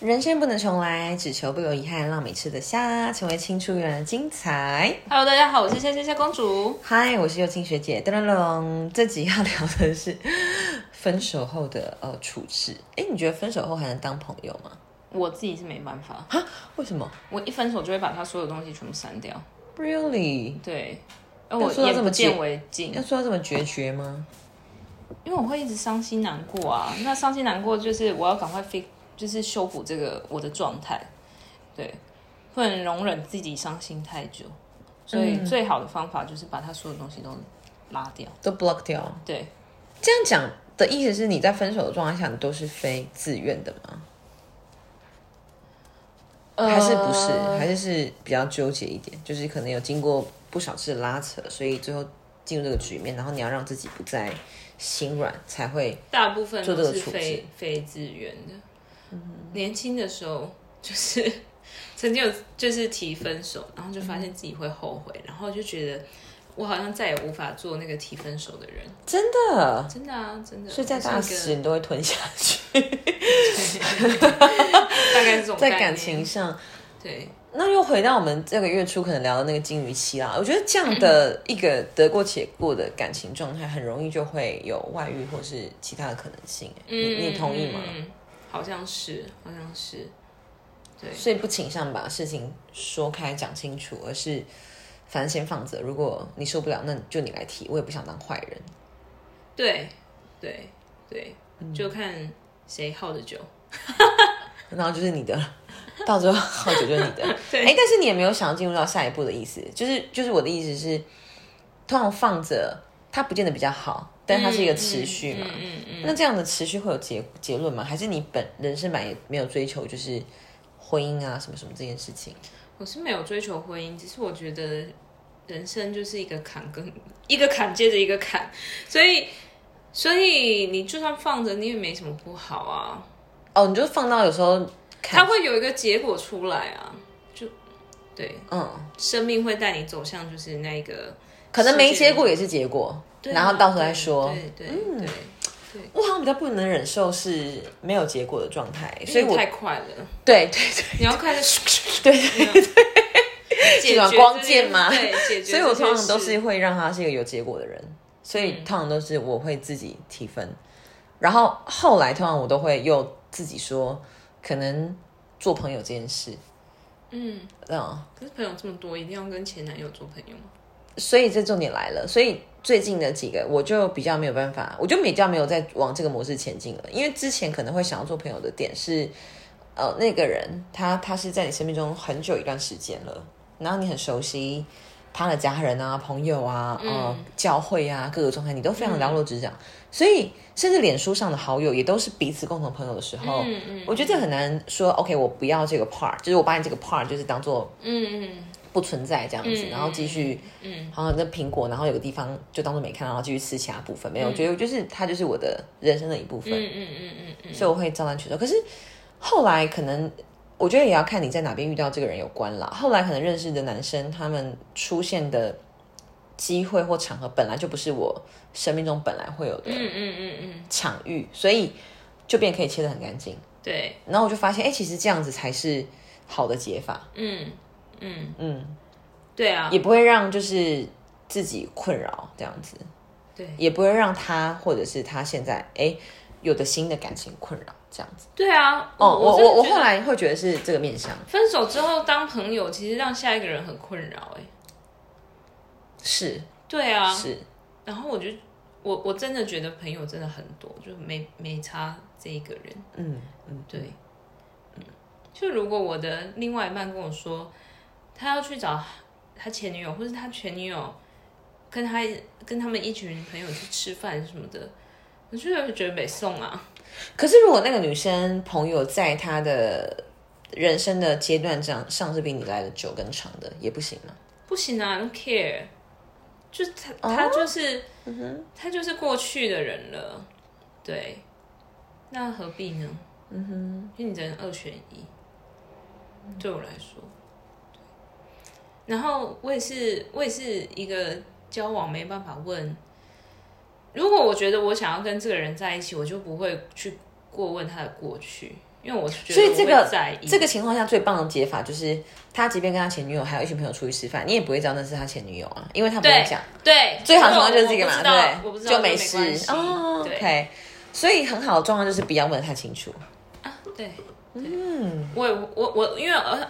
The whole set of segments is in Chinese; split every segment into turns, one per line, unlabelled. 人生不能重来，只求不留遗憾，让每吃得下，成为青出于蓝的精彩。
Hello，大家好，我是仙仙仙公主。
嗨，我是幼青学姐，噔噔噔。 这集要聊的是分手后的呃处置。哎，你觉得分手后还能当朋友吗？
我自己是没办法，
啊？为什么
我一分手就会把他所有东西全部删掉。
？Really？
对，而我
说到
也
这
不
么
见
绝
为净
要，做到这么决绝吗？
因为我会一直伤心难过啊。那伤心难过就是我要赶快 fix，就是修补这个我的状态。对，不能容忍自己伤心太久，所
嗯
以最好的方法就是把他所有东西都拉掉。
都 block 掉？
对，
这样讲的意思是你在分手的状态下，你都是非自愿的吗？还是不是？
呃
还是是比较纠结一点，就是可能有经过不少次拉扯，所以最后进入这个局面，然后你要让自己不再心软，才会
大部分
做
都
这个
是
处
非
置
非自愿的。年轻的时候就是曾经有就是提分手，然后就发现自己会后悔，然后就觉得我好像再也无法做那个提分手的人。
真的。
真的啊，真的。
所以在大
我是一
死
个
你都会吞下去，
大概是这种
在
概
感
念
情上，
对
那又回到我们这个月初可能聊的那个金鱼期啦。我觉得这样
嗯
的一个得过且过的感情状态，很容易就会有外遇或是其他的可能性。嗯，你你同意吗？
嗯好像是，好像是。对
所以不倾向把事情说开讲清楚，而是反正先放着。如果你受不了，那就你来提。我也不想当坏人。
对对对，就看谁耗得久。
然后就是你的了，到最后好久就是你 的。哎、但是你也没有想要进入到下一步的意思，就是就是我的意思是，通常放着它不见得比较好，但它是一个持续嘛。
嗯嗯嗯嗯
那这样的持续会有结结论吗？还是你本人生版也没有追求就是婚姻啊什么什么这件事情？
我是没有追求婚姻，只是我觉得人生就是一个坎跟一个坎接着一个坎，所以所以你就算放着，你也没什么不好啊，
哦，你就放到有时候看
它，会有一个结果出来啊，就对，
嗯。
生命会带你走向就是那个，
可能没
世界
结果也是结果，然后到时候再说。
啊
嗯
对对对对，
我好像比较不能忍受是没有结果的状态，
因为
所以我
太快了，
对对对
你要快的，
对对，
解
喜
决
欢光剑吗
这嗯些对，解决，
所以我通常都是。会让他是一个有结果的人，所以通常都是我会自己提分，然后后来通常我都会又自己说，可能做朋友这件事，
嗯，
嗯，
可是朋友这么多，一定要跟前男友做朋友吗？
所以这重点来了，所以最近的几个我就比较没有办法，我就比较没有再往这个模式前进了，因为之前可能会想要做朋友的点是，呃，那个人他他是在你生命中很久一段时间了，然后你很熟悉他的家人啊、朋友啊、
嗯
呃、教会啊各个状态，你都非常了如指掌，所以甚至脸书上的好友也都是彼此共同朋友的时候，
嗯嗯
我觉得这很难说，OK，我不要这个 part，就是我把你这个 part 就是当做
嗯嗯
不存在这样子，
嗯
然后继续，
嗯，
好像那苹果，然后有个地方就当做没看到，然后继续吃其他部分，没有，我觉得就是它就是我的人生的一部分，
嗯嗯嗯嗯嗯，
所以我会照单全收。可是后来可能我觉得也要看你在哪边遇到这个人有关啦。后来可能认识的男生，他们出现的机会或场合本来就不是我生命中本来会有的
嗯嗯嗯嗯，
场域，所以就变可以切得很干净。
对，
然后我就发现，哎、其实这样子才是好的解法，
嗯嗯，
嗯。
对啊，
也不会让就是自己困扰这样子，
对
也不会让他或者是他现在哎、诶有的新的感情困扰这样子。
对啊。
哦，我我我
真的觉得
后来会觉得是这个面向
分手之后当朋友，其实让下一个人很困扰哎、
是
对啊，
是，
然后我就我我真的觉得朋友真的很多，就没没差这一个人。
嗯嗯，
对，嗯，就如果我的另外一半跟我说，他要去找他前女友，或是他前女友跟他跟他们一群朋友去吃饭什么的，我就会觉得没送啊。
可是如果那个女生朋友在她的人生的阶段上上是比你来的久跟长的，也不行吗？
不行啊，I don't care。就是他，
哦
他就是
嗯
他就是过去的人了，对，那何必呢？嗯哼，因为你只能二选一，对我来说。对然后我也是，我也是一个交往没办法问。如果我觉得我想要跟这个人在一起，我就不会去过问他的过去，因为我是觉得
所以这
我
个
会在意
这个情况下最棒的解法就是，他即便跟他前女友还有一群朋友出去吃饭，你也不会知道那是他前女友啊，因为他不会
对
讲。
对
最好的情况
我
就是这个嘛，
我不
对不对？
知道我不知道
就没
没
事
关系
哦。
对
OK，所以很好的状况就是不要问得太清楚。
啊对，嗯，我也我我因为呃，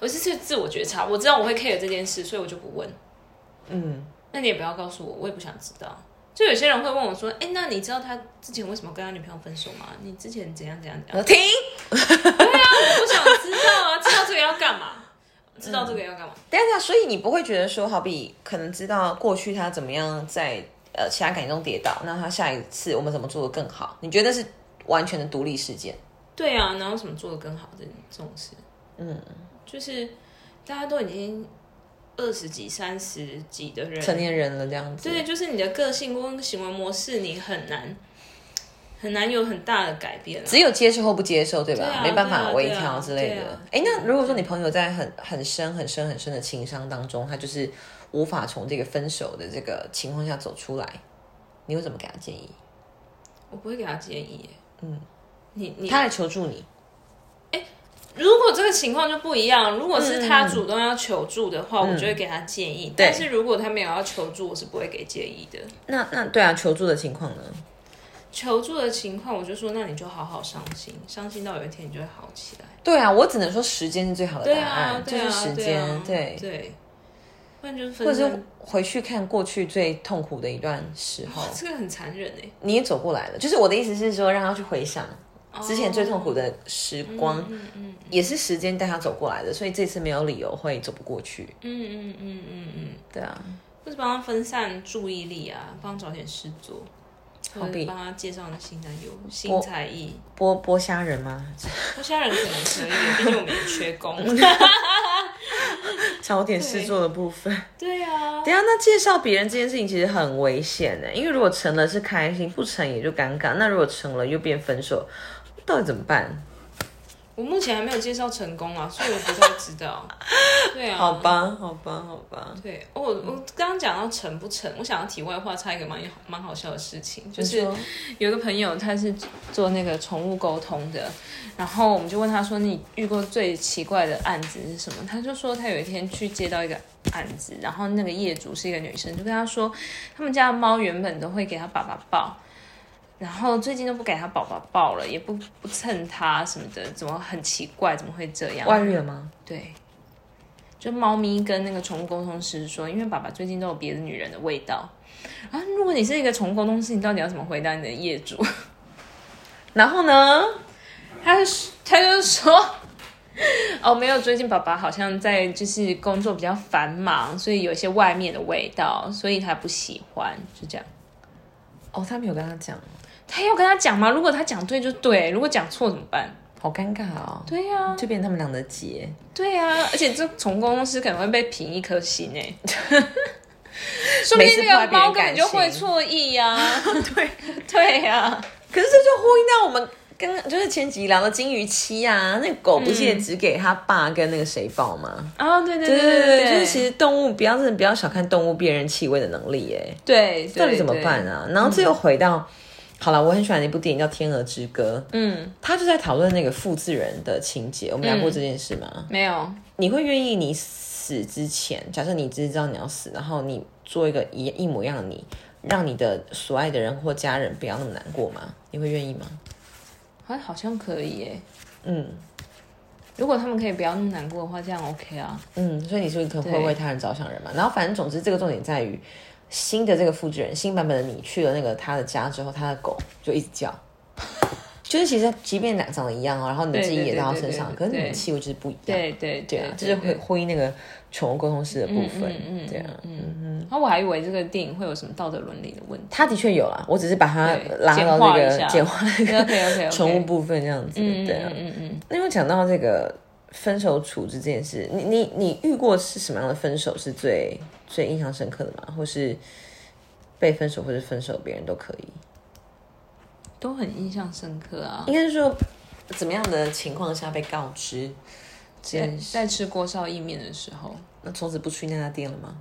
我是自自我觉察，我知道我会 care 这件事，所以我就不问。
嗯，
那你也不要告诉我，我也不想知道。就有些人会问我说：“哎、那你知道他之前为什么跟他女朋友分手吗？你之前怎样怎样怎
我
样
说停，？”
我不想知道啊，知道这个要干嘛？知道这个要干嘛？
等一下，所以你不会觉得说，好比可能知道过去他怎么样在呃其他感情中跌倒，那他下一次我们怎么做的更好？你觉得是完全的独立事件？
对啊，哪有什么做的更好的这种事？嗯，就是大家都已经二十几、三十几的人，
成年人了这样子，
对，就是你的个性跟行为模式，你很难很难有很大的改变、啊。
只有接受或不接受，对吧？
对啊
没办
对
法
啊
微
对啊
调之类的
对啊。
哎、那如果说你朋友在很很深、很深、很深的情伤当中，他就是无法从这个分手的这个情况下走出来，你会怎么给他建议？
我不会给他建议耶。嗯，你你
他来求助你，
如果这个情况就不一样，如果是他主动要求助的话，我就会给他建议。但是如果他没有要求助，我是不会给建议的。
那那对啊，求助的情况呢？
求助的情况，我就说，那你就好好伤心，伤心到有一天你就会好起来。
对啊，我只能说时间是最好的
对
答案，
啊，
就
对啊，
是时
对
间，
啊
对，
对，不然就是
或
分
者是
手。
回去看过去最痛苦的一段时候，
这个很残忍哎。
你也走过来了。就是我的意思是说，让他去回想之前最痛苦
的
的时光，
哦嗯嗯
也是时间带他走过来的，所以这次没有理由会走不过去。
嗯嗯嗯嗯嗯，
对啊，
或者帮他分散注意力啊，帮他找点事做，或者
比
帮他介绍新男友、新才艺。
剥剥虾仁吗？
我现在人可能可以，毕竟我们也缺工。
找点事做的部分。
对啊，
等一下，那介绍别人这件事情其实很危险欸的，因为如果成了是开心，不成也就尴尬。那如果成了又变分手，到底怎么办？
我目前还没有介绍成功啊，所以我不太知 道。对啊，
好。吧，好吧，好吧。
对，哦我我刚刚讲到成不成，我想要题外话插一个蛮蛮好笑的事情，就
就是
有一个朋友他是做那个宠物沟通的，然后我们就问他说你遇过最奇怪的案子是什么？他就说他有一天去接到一个案子，然后那个业主是一个女生，就跟他说他们家的猫原本都会给他爸爸抱。然后最近都不给他宝宝抱了，也不不蹭他什么的，怎么很奇怪？怎么会这样？
外遇了吗？
对，就猫咪跟那个宠物沟通师说，因为爸爸最近都有别的女人的味道。啊，如果你是一个宠物沟通师，你到底要怎么回答你的业主？
然后呢？
他就是他就说，哦，没有，最近爸爸好像在就是工作比较繁忙，所以有一些外面的味道，所以他不喜欢，就这样。
哦，他没有跟他讲，
他要跟他讲吗？如果他讲对就对，如果讲错怎么办？
好尴尬哦。
对呀、
就变成他们俩的结。
对呀、而且这宠物公司可能会被评一颗星哎、说不
每
定
次
那
坏别
个
人
猫根本就会
感情
错意呀、 对对啊呀、
可是这就呼应到我们跟就是前几集聊的金鱼期啊，那个狗不是也只给他爸跟那个谁抱吗？
啊，对对
嗯对
对
对对，
对，
就是其实动物不要真的不要小看动物辨认气味的能力耶，
对，对
到底怎么办？啊？然后这又回到。好了，我很喜欢一部电影叫《天鹅之歌》，
对嗯，
它就在讨论那个复制人的情节。我们聊过这件事吗？
没有，
你会愿意你死之前，假设你知道你要死，然后你做一个一一模一样的你，让你的所爱的人或家人不要那么难过吗？你会愿意吗？
好像好像可以耶。
嗯
如果他们可以不要那么难过的话，这样 OK 啊。
嗯，所以你是可会为他人着想的人嘛？然后反正总之，这个重点在于新的这个复制人，新版本的你去了那个他的家之后，他的狗就一直叫。 就是其实，即便俩长得一样哦，然后你的
对
记忆也
对
到他
对
身
对
上，
对
可是你的
对
气味就是不一样。
对对
对
对
啊，这
对
是会呼应那个宠物沟通师的部分。
嗯嗯
对啊，嗯
然后我还以为这个电影会有什么道德伦理的问 题。
他的确有啦，我只是把它
对
拉到那个简
简
化那
OK
个
OK OK，
宠物部分这样子，
嗯
对啊
嗯。嗯嗯，
那因为讲到这个分手处置这件事，你你你遇过是什么样的分手是最最印象深刻的吗？或是被分手或者分手别人都可以？
都很印象深刻啊。
应该是说怎么样的情况下被告知这
在
件事？
在吃锅烧意面的时候，
那从此不去那家店了吗？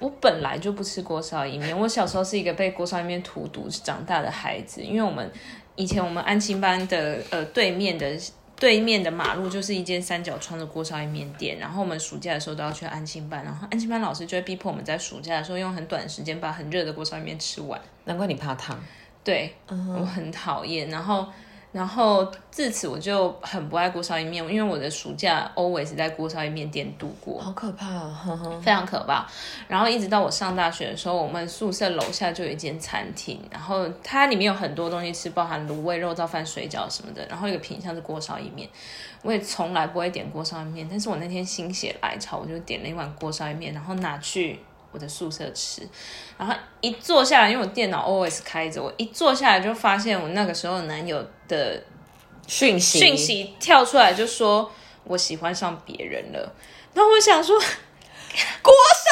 我本来就不吃锅烧意面，我小时候是一个被锅烧意面荼毒长大的孩子，因为我们以前我们安亲班的呃对面的对面的马路就是一间三角窗的锅烧意面店，然后我们暑假的时候都要去安亲班，然后安亲班老师就会逼迫我们在暑假的时候用很短的时间把很热的锅烧意面吃完。
难怪你怕烫。
对，嗯我很讨厌。然后，然后自此我就很不爱锅烧意面，因为我的暑假 always 在锅烧意面店度过，
好可怕啊！呵呵
非常可怕。然后一直到我上大学的时候，我们宿舍楼下就有一间餐厅，然后它里面有很多东西吃，包含卤味、肉燥饭、水饺什么的。然后有个品相是锅烧意面，我也从来不会点锅烧意面，但是我那天心血来潮，我就点了一碗锅烧意面，然后拿去我的宿舍吃。然后一坐下来，因为我电脑 always 开着，我一坐下来就发现我那个时候男友的
讯息，
讯，息跳出来，就说我喜欢上别人了。然后我想 说，
锅烧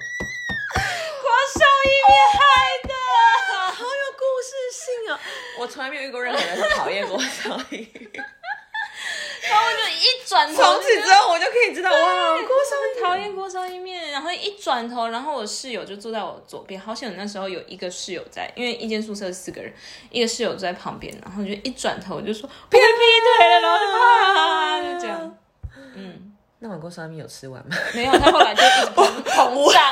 光少一面害的。
意面，啊好有故事性哦！我从来没有遇过 任何人是讨厌锅烧意面，
然后我就一转头，
从此之后我就可以知道，哇，锅烧意面
讨厌锅烧意面，然后一转头，然后我室友就坐在我左边，好险我那时候有一个室友在，因为一间宿舍四个人，一个室友坐在旁边，然后就一转头我就说劈劈腿了，然后就啪，就这样，嗯，
那碗锅烧意面有吃完吗？
没有，他后来就一直膨膨胀。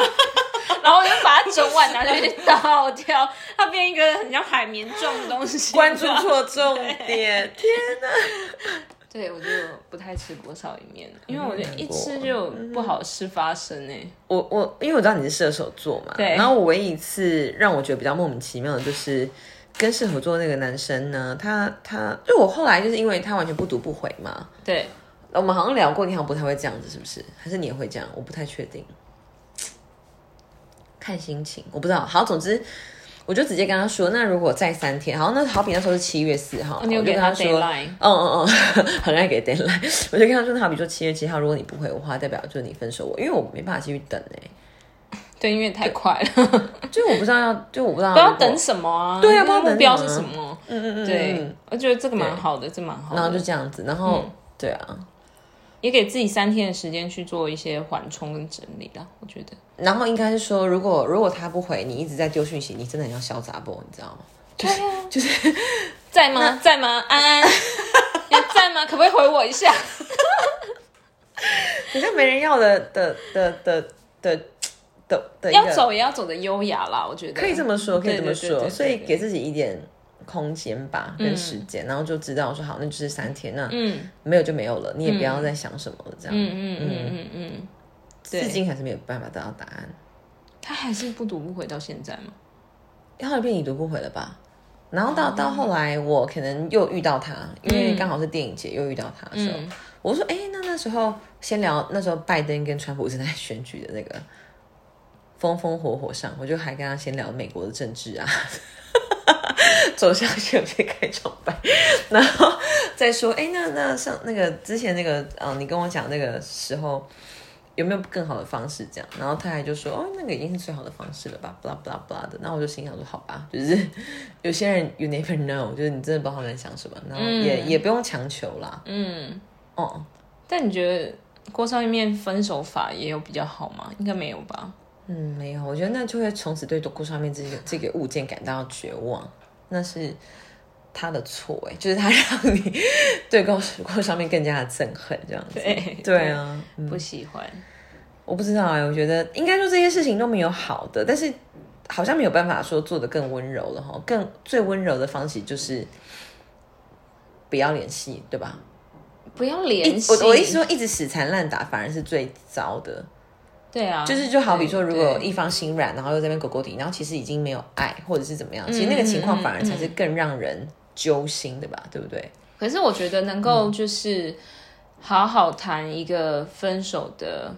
然后我就把它整碗拿去倒掉，它变一个很像海绵状的东西。
关注错重 点，天哪！
对，我就不太吃锅烧意面了，因为我觉得一吃就有不好的事发生哎、
我我因为我知道你是射手座嘛，
对
然后我唯一一次让我觉得比较莫名其妙的就是。跟射手座那个男生呢，他他，因为我后来就是因为他完全不读不回嘛，
对，
我们好像聊过，你好像不太会这样子，是不是？还是你也会这样？我不太确定，看心情，我不知道。好，总之我就直接跟他说，那如果再三天，好，那好比那时候是七月四号，
哦你有
哦我就
给
跟
他
说，
deadline
嗯嗯嗯， 很爱给 deadline，我就跟他说，那好比说七月七号，如果你不回我的话，代表就是你分手我，因为我没办法继续等哎、
对，因为太快了，不
就我不知道要，就我不知道不
知道等什么啊？
对啊不
那
知道等
目标
什么
是
啊
什么？嗯
嗯嗯
对
嗯，
我觉得这个蛮好的，这蛮好
然后就
的，
这样子，然后、
嗯
对啊，
也给自己三天的时间去做一些缓冲跟整理啦。我觉得
然后应该是说，如果如果他不回，你一直在丢讯息，你真的很像小杂波，你知道吗？
啊 在吗？在吗？安安， 你在吗？可不可以回我一下？
很像没人要的的的的的的的一
要
个
走也要走的优雅啦，我觉得
可以这么说，可以
对
这么
对对对
说，
对
所以
对
给自己一点空间吧，跟时间，然后就知道说好，那就是三天，那
嗯
没有就没有了，你也不要再想什么了，这样，
嗯嗯嗯嗯嗯，
至
对，
今还是没有办法得到答案，
他还是不读不回到现在吗？
后来变已读不回了吧？然后
哦
到到后来，我可能又遇到他，因
嗯
为刚好是电影节，又遇到他的时候，我说，哎，那那时候先聊，那时候拜登跟川普正在 选举的那个风风火火上，我就还跟他先聊美国的政治啊， 走向选妃开场白， 然后再说，哎，那那上那个之前那个，呃，你跟我讲那个时候有没有更好的方式这样？然后他还就说，哦，那个已经是最好的方式了吧，blah blah blah 的。那我就心想说，好吧，就是有些人 you never know，就是你真的不知道他们在想什么，然后也、也不用强求啦，
嗯，
哦，
但你觉得锅烧意面分手法也有比较好吗？应该没有吧？
嗯，没有，我觉得那就会从此对锅上面这个这个物件感到绝望，那是他的错哎，就是他让你对锅锅上面更加的憎恨这样子。
对
对啊，
不喜欢。
我不知道哎，我觉得应该说这些事情都没有好的，但是啊好像没有办法说做的更温柔了哈。更最温柔的方式就是不要联系，对吧？
不要联系。
我我意思说一直死缠烂打反而是最糟的。
对啊，
就是就好比说，
对
如果有
对
一方心软，然后又在那边狗狗底，然后其实已经没有爱，或者是怎么
嗯
样，其实那个情况反而才是更让人揪心的
嗯
吧，对不对？
可是我觉得能
嗯
够就是好好谈一个分手的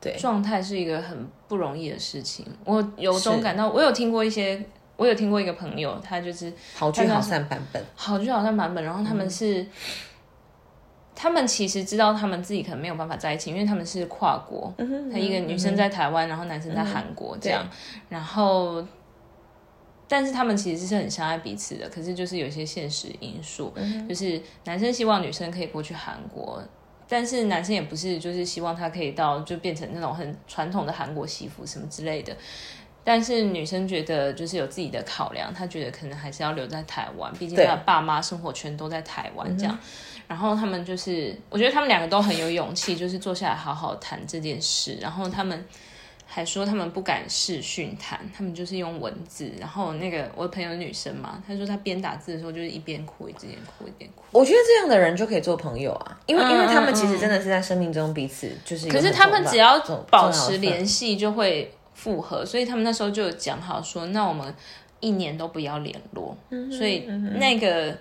对
状态，是一个很不容易的事情。我由衷感到，我有听过一些，我有听过一个朋友，他就是
好聚好散版本，
好聚好散版本，然后他们是。他们其实知道他们自己可能没有办法在一起，因为他们是跨国，
嗯
他一个女生在台湾，然后男生在韩国这样，然后，但是他们其实是很相爱彼此的，可是就是有一些现实因素，就是男生希望女生可以过去韩国。但是男生也不是，就是希望他可以到就变成那种很传统的韩国媳妇什么之类的，但是女生觉得就是有自己的考量，她觉得可能还是要留在台湾，毕竟
对
她的爸妈生活圈都在台湾这样。然后他们就是，我觉得他们两个都很有勇气，就是坐下来好好谈这件事。然后他们还说他们不敢视讯谈，他们就是用文字。然后那个我的朋友女生嘛，她说她边打字的时候就是一边哭，一边哭，一边哭。
我觉得这样的人就可以做朋友啊，因为、因为他们
嗯
其实真的是在生命中彼此就是有
可
很重
是
要。
他们只要
重
保持，
重要的
联系就会复合，所以他们那时候就有讲好说，那我们一年都不要联络。
嗯
所以那个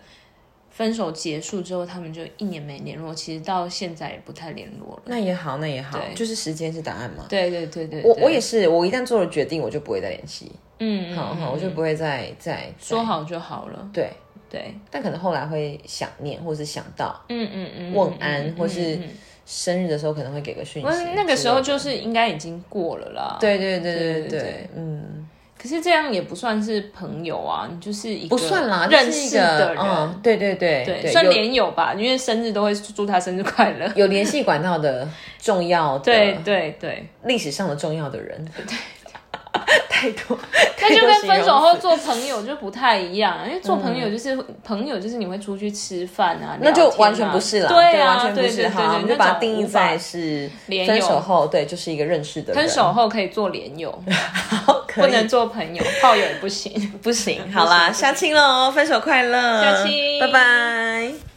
分手结束之后，他们就一年没联络，其实到现在也不太联络了。
那也好，那也好，
对
就是时间是答案嘛。
对对对对，
我
对
我也是，我一旦做了决定，我就不会再联系，
嗯，
好
嗯
好，我就不会再再
说好就好了。
对，
对，
但可能后来会想念，或是想到
嗯嗯嗯，
问
嗯
安
嗯
或是
嗯嗯
生日的时候，可能会给个讯息之类的。
嗯那个时候就是应该已经过了啦。，
对对对
对
对
对
对
对
对，嗯，
可是这样也不算是朋友啊，你就是一个
不算啦，
认
就是一
识
个
的人
嗯，。对对对
对，
对
算
有
连友吧，因为生日都会祝他生日快乐。
有联系管道的重要的，
对对对，
历史上的重要的 人，太多，
那
太
就
多
跟
形容
分手
词
后做朋友就不太一样，因为做朋友就是、朋友就是你会出去吃饭啊，
嗯那就
聊天啊
完全不是啦，
对啊，
完全不
对
是，
对对
好，我们
对
就把
那
它定
种
义
无法
在是
连
分手
友
后，对，就是一个认识的人，
分手后可以做 连友，
好可
不
以
能做朋友，炮友也不行。
不行，好啦，
不行
相亲喽，分手快乐，
相亲
拜拜。